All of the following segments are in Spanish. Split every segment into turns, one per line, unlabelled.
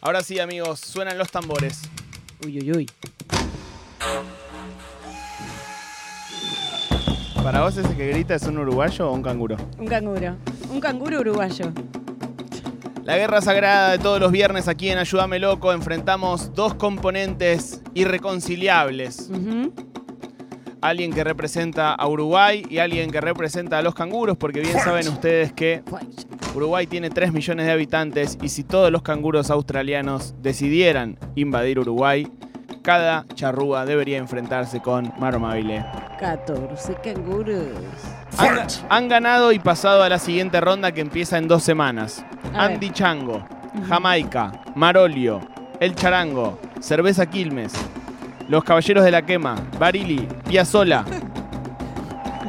Ahora sí, amigos, suenan los tambores.
Uy, uy, uy.
¿Para vos ese que grita es un uruguayo o un canguro?
Un canguro. Un canguro uruguayo.
La guerra sagrada de todos los viernes aquí en Ayúdame Loco enfrentamos dos componentes irreconciliables.
Ujú.
Alguien que representa a Uruguay y alguien que representa a los canguros, porque bien saben ustedes que Uruguay tiene 3 millones de habitantes y si todos los canguros australianos decidieran invadir Uruguay, cada charrúa debería enfrentarse con Maromavile.
14 canguros.
Han, han ganado y pasado a la siguiente ronda que empieza en dos semanas.
A ver.
Andy Chango, Jamaica, Marolio, El Charango, Cerveza Quilmes, Los Caballeros de la Quema, Barili, Piazzola,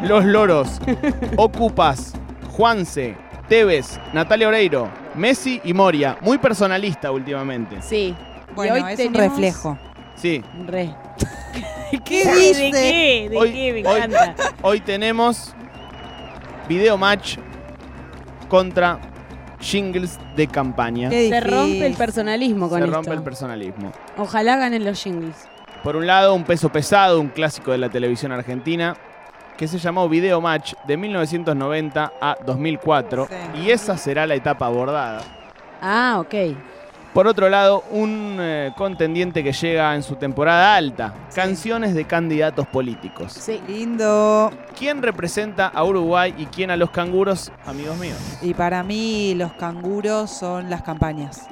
Los Loros, Ocupas, Juanse, Tevez, Natalia Oreiro, Messi y Moria. Muy personalista últimamente.
Sí. Y
Bueno,
hoy
es un
tenemos-
reflejo.
Sí.
Re.
¿Qué
¿De qué? ¿De
Hoy-
qué? Me
hoy-
encanta.
Hoy tenemos video match contra jingles de campaña.
Se rompe el personalismo con
Se
esto.
rompe el personalismo.
Ojalá ganen los jingles.
Por un lado, un peso pesado, un clásico de la televisión argentina, que se llamó Video Match de 1990 a 2004,
Sí.
y esa será la etapa abordada.
Ah, ok.
Por otro lado, un eh, contendiente que llega en su temporada alta, canciones de candidatos políticos.
Sí.
Lindo.
¿Quién representa a Uruguay y quién a los canguros, amigos míos?
Y para mí los canguros son las campañas.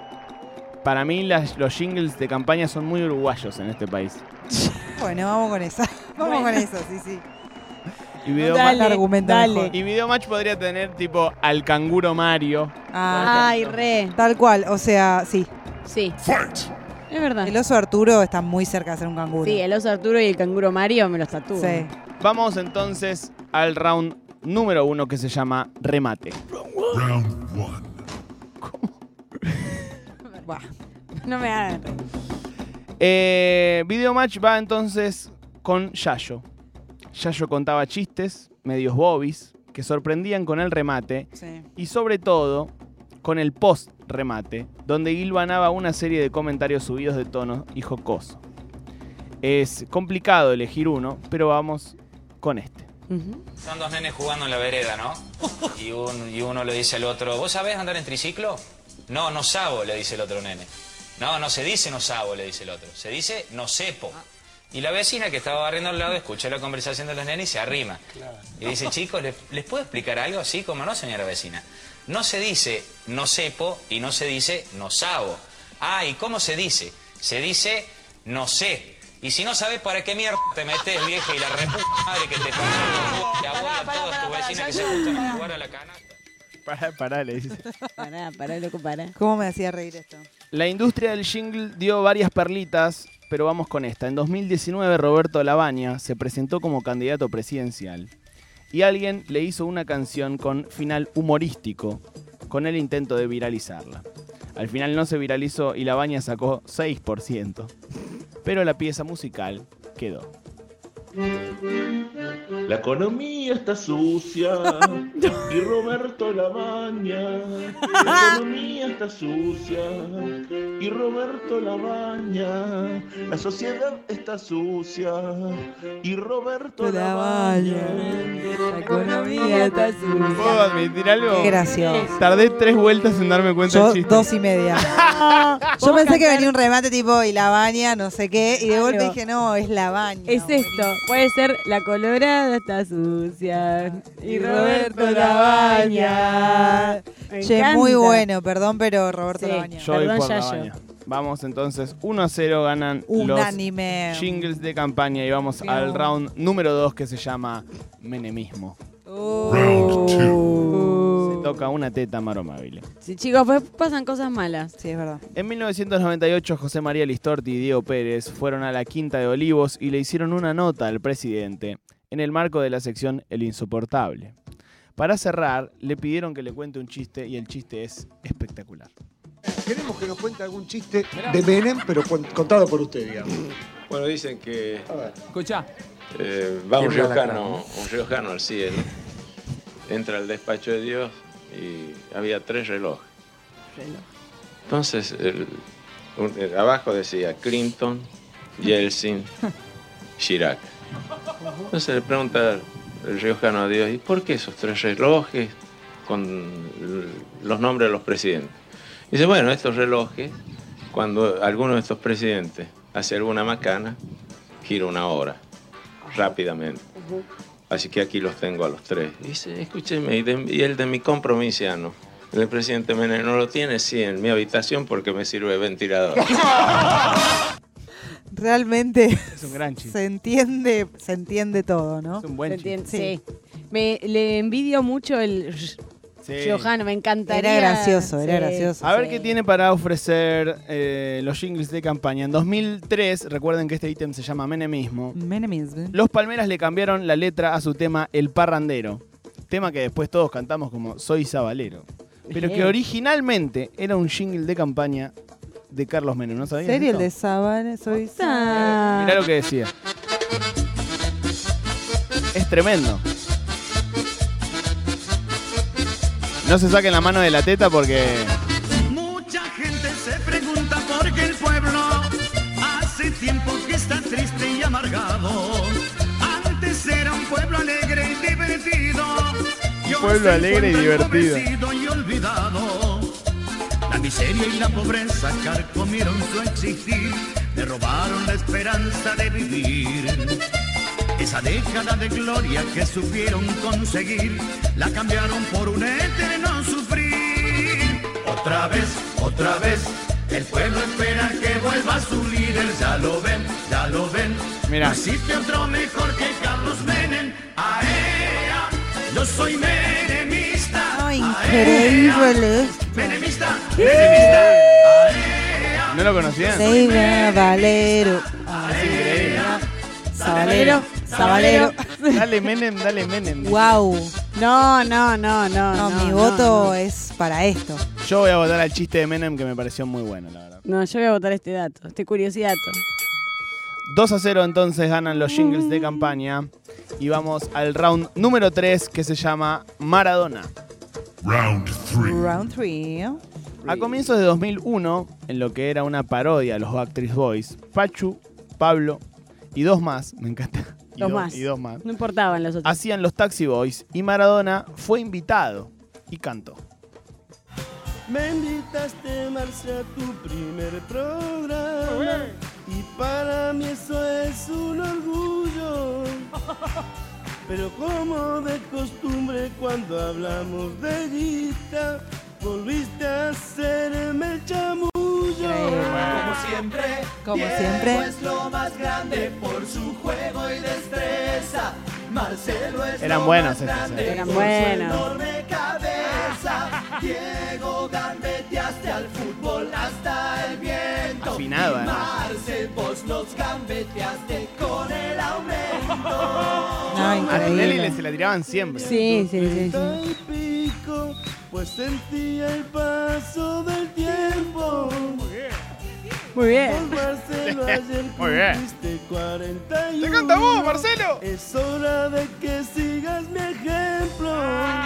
Para mí las- los jingles de campaña son muy uruguayos en este país.
Bueno, vamos con esa. Vamos
Bueno.
con eso, sí, sí.
Y Video,
Dale,
Match-
argumento
dale.
mejor.
y Video Match podría tener tipo al canguro Mario.
Ah,
Ay, re.
tal cual, o sea, sí.
Sí. Es verdad.
El oso Arturo está muy cerca de ser un canguro.
Ah. Sí, el oso Arturo y el canguro Mario me los tatúo.
Sí.
Vamos entonces al round número uno que se llama remate.
Round one.
Buah.
No me hagan reír.
Eh, Videomatch va entonces con Yayo. Yayo contaba chistes, medios bobis, que sorprendían con el remate
Sí.
y sobre todo con el post-remate, donde hilvanaba una serie de comentarios subidos de tono y jocoso. Es complicado elegir uno, pero vamos con este.
Ujú.
Son dos nenes jugando en la vereda, ¿no? Y, un- y uno le dice al otro, ¿vos sabés andar en triciclo? No, no sabo, le dice el otro nene. No, no se dice no sabo, le dice el otro. Se dice no sepo. Y la vecina que estaba barriendo al lado escucha la conversación de los nenes y se arrima. Y dice, chicos, ¿les, les puedo explicar algo? así como no, señora vecina. No se dice no sepo y no se dice no sabo. Ah, ¿y cómo se dice? Se dice no sé. Y si no sabes para qué mierda te metes, vieja, y la reputa madre que te parió, la abuela, todos tus vecinos que se juntan a jugar a la canasta.
Pará, pará, le dice.
Pará, pará, loco, pará.
¿Cómo me hacía reír esto?
La industria del jingle dio varias perlitas, pero vamos con esta. En 2019 Roberto Labaña se presentó como candidato presidencial y alguien le hizo una canción con final humorístico con el intento de viralizarla. Al final no se viralizó y Labaña sacó 6%, pero la pieza musical quedó.
La economía está sucia y Roberto la baña. La economía está sucia y Roberto la baña. La sociedad está sucia y Roberto la baña.
La economía está
¿Puedo admitir algo?
Qué gracioso.
Tardé tres vueltas en darme cuenta
Yo
del chiste.
dos y media. Yo
Vamos a
pensé que
cantar-
venía un remate tipo y la baña, no sé qué, y de
Claro.
golpe dije, no, es la baña.
Es esto, puede ser la colorada está sucia y Roberto la baña. Me
Che,
encanta.
muy bueno, perdón, pero Roberto
Sí.
la baña.
Yo voy
Perdón,
por la
Yayo.
baña. Vamos entonces 1 a 0 ganan los
Unánime.
jingles de campaña y vamos
Bien.
al round número 2 que se llama menemismo.
Uh.
Round
Se toca una teta maromabile.
Sí, chicos, pues pasan cosas malas.
Sí, es verdad.
En 1998 José María Listorti y Diego Pérez fueron a la Quinta de Olivos y le hicieron una nota al presidente en el marco de la sección El Insoportable. Para cerrar, le pidieron que le cuente un chiste y el chiste es espectacular.
Queremos que nos cuente algún chiste de Menem, pero cuen- contado por usted, digamos.
Bueno, dicen que
A ver.
eh, va un
Tiembla la
riojano, un riojano al cielo, entra al despacho de Dios y había tres relojes. Entonces el, un- eh, abajo decía Clinton, Yeltsin, Chirac. Entonces le pregunta el riojano a Dios, ¿y por qué esos tres relojes con l- los nombres de los presidentes? Dice, bueno, estos relojes, cuando alguno de estos presidentes hace alguna macana, gira una hora, rápidamente. Así que aquí los tengo a los tres. Dice, escúcheme, y, de- y el de mi compromisanos. El presidente Menem no lo tiene, sí, en mi habitación porque me sirve de ventilador.
Realmente
Es un gran chiste.
se entiende, se entiende todo, ¿no?
Es un buen
¿Se
chiste.
entiende? Sí. Me, le envidio mucho el
Sí.
Johan, me encantaría.
Era gracioso, era
Sí.
gracioso.
A ver
Sí.
qué tiene para ofrecer eh, los jingles de campaña. En 2003, recuerden que este ítem se llama Menemismo,
Menemism.
los Palmeras le cambiaron la letra a su tema El Parrandero, tema que después todos cantamos como Soy Sabalero, pero que
Bien.
originalmente era un jingle de campaña de Carlos Menem, ¿no sabían?
¿Serio el
esto?
de Sabana? Soy
Ah.
Mirá lo que decía. Es tremendo. No se saquen la mano de la teta porque.
Mucha gente se pregunta por qué el pueblo hace tiempo que está triste y amargado. Antes era un pueblo alegre y divertido. Un
pueblo alegre y divertido.
Y olvidado. La miseria y la pobreza carcomieron su existir, le robaron la esperanza de vivir. Esa década de gloria que supieron conseguir, la cambiaron por un eterno sufrir. Otra vez, otra vez, el pueblo espera que vuelva su líder, ya lo ven, ya lo ven.
Mirá.
No existe otro mejor que Carlos Menem. ¡Aea! Yo soy menemista.
Ay,
¡Aea!
increíble.
Menemista, menemista. ¡Aea!
¿No lo conocían?
Seiba Valero. Sabalero. Sabalero.
Dale Menem, dale Menem.
Wow.
No, no, no, no.
No, mi
no,
voto
no.
es para esto.
Yo voy a votar al chiste de Menem que me pareció muy bueno, la verdad.
No, yo voy a votar este dato, este curiosidad.
2 a 0 entonces ganan los jingles
Mm.
de campaña. Y vamos al round número 3 que se llama Maradona.
Round three.
Round ¿eh? 3.
A comienzos de 2001, en lo que era una parodia a los Backstreet Boys, Pachu, Pablo y dos más, me encanta. y do-
Dos más.
Y dos más.
No importaban los otros.
Hacían los Taxi Boys y Maradona fue invitado y cantó.
Me invitaste, Marcia, a tu primer programa. Y para mí eso es un orgullo. Pero como de costumbre, cuando hablamos de guita, volviste a hacerme el chamullo. Como siempre,
Como siempre.
Diego es lo más grande por su juego y destreza. Marcelo es
Eran
lo
buenos
más
estos,
grande
eh.
Eran
por
buenos.
Su enorme cabeza. Diego gambeteaste al fútbol hasta el viento.
Afinado,
Y
además.
Marce, vos los gambeteaste con el aumento.
No,
A Tinelli le-
increíble.
se la tiraban siempre.
Sí, sí, sí. sí.
y pico, pues sentí el paso del tiempo.
Muy bien.
Con Marcelo ayer
Muy bien.
cumpliste 41.
Marcelo!
Es hora de que sigas mi ejemplo.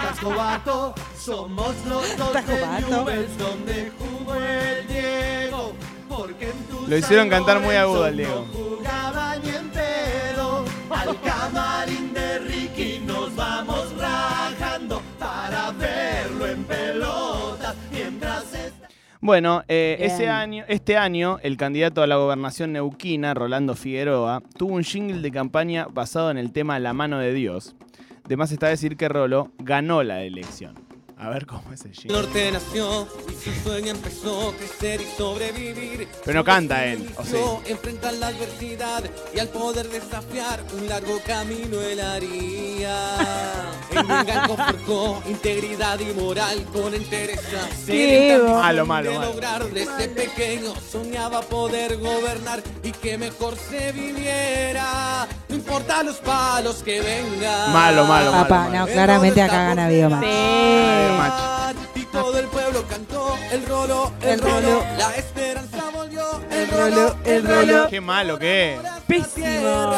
Tascobato, somos los dos
Tacobato.
de Newell's donde jugó el Diego. Porque en tu
Lo hicieron
San
cantar muy
Lorenzo
agudo al Diego.
No jugaba ni en pedo. Al camarín de Ricky nos vamos rajando para verlo en pelotas mientras está.
Bueno, eh,
Bien.
ese año, este año, el candidato a la gobernación neuquina, Rolando Figueroa, tuvo un jingle de campaña basado en el tema La mano de Dios. De más está decir que Rolo ganó la elección. A ver cómo es el jingle.
norte nació y su sueño empezó a crecer y sobrevivir.
Pero no canta él, ¿o sí?
Enfrentar la adversidad y al poder desafiar un largo camino él haría. en un ganco forjó integridad y moral con entereza.
Diego.
Malo, malo,
De
malo.
lograr desde pequeño soñaba poder gobernar y que mejor se viviera. No importa los palos que vengan.
Malo, malo, malo.
Papá,
malo.
no, claramente acá gana Bioma.
Eh,
Sí.
macho.
Y todo el pueblo cantó el rolo, el,
El
rolo,
rolo.
La esperanza volvió, el
rolo,
rolo,
el
el
rolo.
rolo.
Qué malo que es.
Pésimo.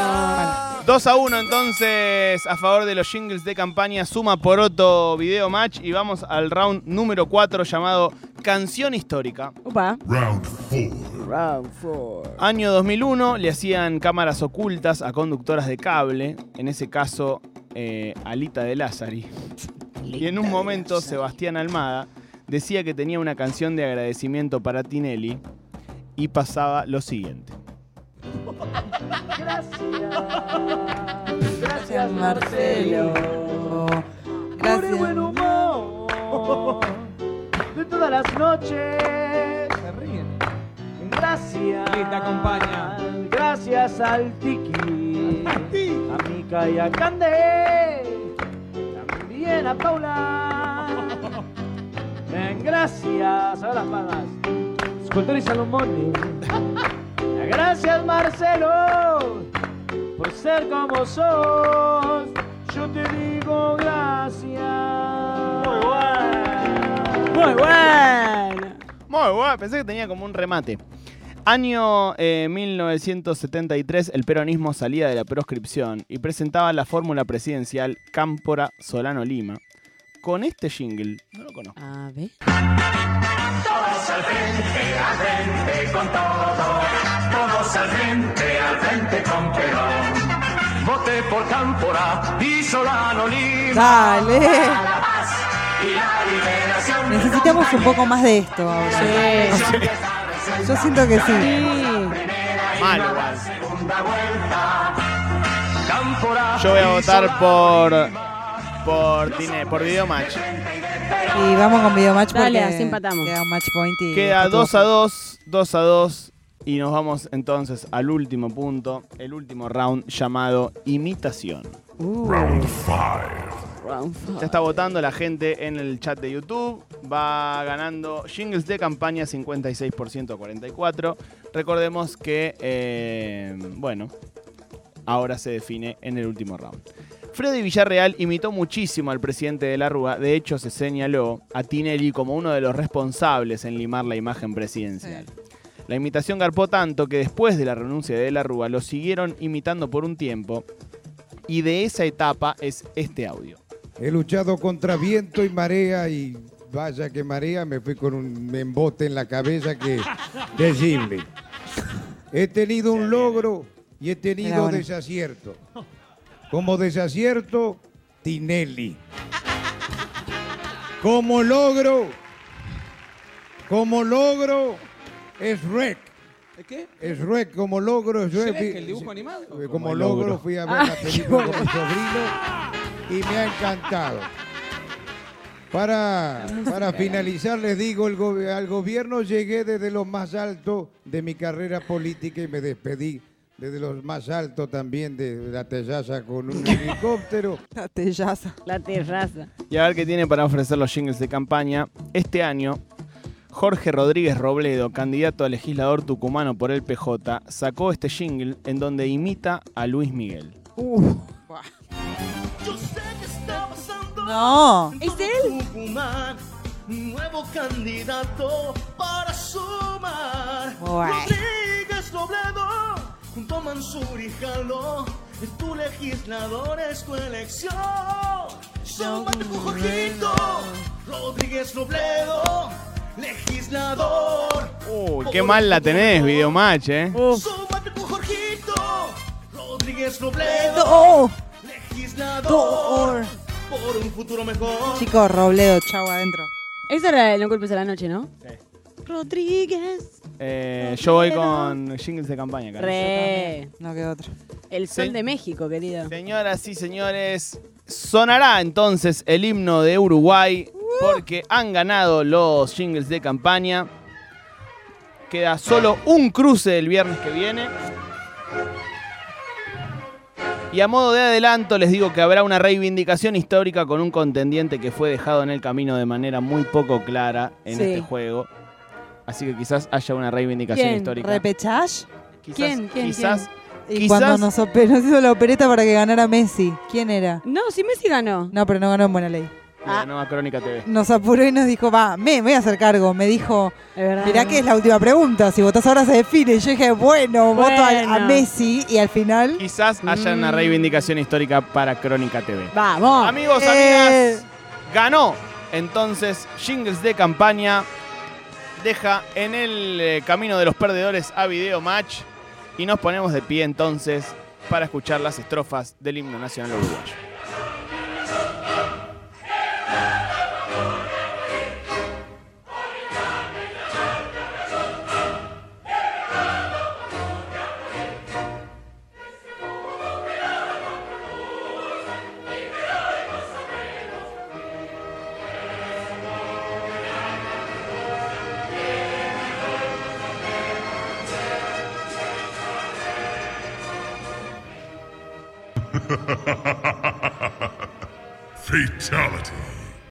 2 a 1 entonces a favor de los jingles de campaña Suma por otro video match y vamos al round número 4 llamado Canción Histórica.
Upa.
Round four.
Round 4.
Año 2001 le hacían cámaras ocultas a conductoras de cable, en ese caso eh, Alita de Lázari. Y en un momento Sebastián Almada decía que tenía una canción de agradecimiento para Tinelli y pasaba lo siguiente.
Gracias, Marcelo. Gracias.
Se ríen. Gracias. te acompaña. Gracias al Tiki. A Mica y a Cande. También a Paula. Ven, gracias. Ahora las pagas. Escultor y Salomón. Gracias, Marcelo. Por ser como sos. Yo te digo gracias. Muy
Muy bueno.
Muy bueno, pensé que tenía como un remate. Año eh, 1973, el peronismo salía de la proscripción y presentaba la fórmula presidencial Cámpora Solano Lima. Con este jingle, no lo conozco.
A ver.
Vote por Cámpora y Solano Lima.
Dale.
Y la liberación.
Necesitamos un poco más de esto ahora. Yo siento que sí.
Sí.
Mal, igual.
Segunda vuelta. Cámpora.
Yo voy a votar por. por, Tine- por Videomatch.
Y vamos con Videomatch
Dale,
porque
así empatamos.
queda un match point y
Queda
está
2
todo
a 2, 2 a 2. Y nos vamos entonces al último punto, el último round llamado imitación.
Round 5.
Round 4.
Ya está votando la gente en el chat de YouTube. Va ganando jingles de campaña 56% a 44. Recordemos que, eh, bueno, ahora se define en el último round. Freddy Villarreal imitó muchísimo al presidente de la Rúa. De hecho, se señaló a Tinelli como uno de los responsables en limar la imagen presidencial. La imitación garpó tanto que después de la renuncia de la Rúa lo siguieron imitando por un tiempo. Y de esa etapa es este audio.
He luchado contra viento y marea y vaya que marea, me fui con un embote en la cabeza que decirle. He tenido un logro y he
Era
tenido
bueno.
desacierto. Como desacierto, Tinelli. Como logro, como logro, es Rec.
¿Qué?
Es Rec, como logro es Rec.
¿Shrek, el dibujo animado? Ah,
Eh, Como logro fui a ver la película con mi sobrino y me ha encantado. Para, para finalizar, les digo, el gobi- al gobierno llegué desde lo más alto de mi carrera política y me despedí desde los más altos también de la tellaza con un helicóptero.
la tellaza.
La terraza.
Y a ver qué tiene para ofrecer los jingles de campaña. Este año, Jorge Rodríguez Robledo, candidato a legislador tucumano por el PJ, sacó este jingle en donde imita a Luis Miguel.
No.
¿Es él?
Tucumán, nuevo candidato para sumar.
Buah.
Rodríguez Robledo, junto a Mansur y Jalo, es tu legislador, es tu elección. Súmate tu Jorgito, Rodríguez Robledo, legislador.
Uy, qué mal la tenés, Videomatch, ¿eh?
Uf.
Súmate tu Jorgito, Rodríguez Robledo,
Oh,
legislador. Por un futuro mejor.
chicos, Robledo, chau adentro.
Esa era de No culpes a la noche, ¿no? Rodríguez.
Eh, yo voy con jingles de campaña, Carlos.
Re.
No queda otro.
El sol
Sí.
de México, querido.
Señoras y señores, sonará entonces el himno de Uruguay porque han ganado los jingles de campaña. Queda solo un cruce el viernes que viene. Y a modo de adelanto les digo que habrá una reivindicación histórica con un contendiente que fue dejado en el camino de manera muy poco clara en
Sí.
este juego. Así que quizás haya una reivindicación
¿Quién?
histórica.
¿Repechage?
Quizás-
¿Quién? ¿Quién?
quizás-
Y
Quizás-
cuando nos, ope- nos hizo la opereta para que ganara Messi. ¿Quién era?
No, si Messi ganó.
No, pero no ganó en buena ley.
la
Ah.
nueva Crónica TV.
Nos apuró y nos dijo, va, me, me voy a hacer cargo. Me dijo,
Es verdad.
mirá que es la última pregunta. Si votás ahora se define. Y yo dije, bueno, voto a, a
Bueno.
Messi. Y al final,
Quizás haya una reivindicación histórica para Crónica TV.
Vamos.
Amigos,
Eh.
amigas, ganó entonces Jingles de campaña deja en el eh, camino de los perdedores a Video Match y nos ponemos de pie entonces para escuchar las estrofas del himno nacional uruguayo.
Fatality.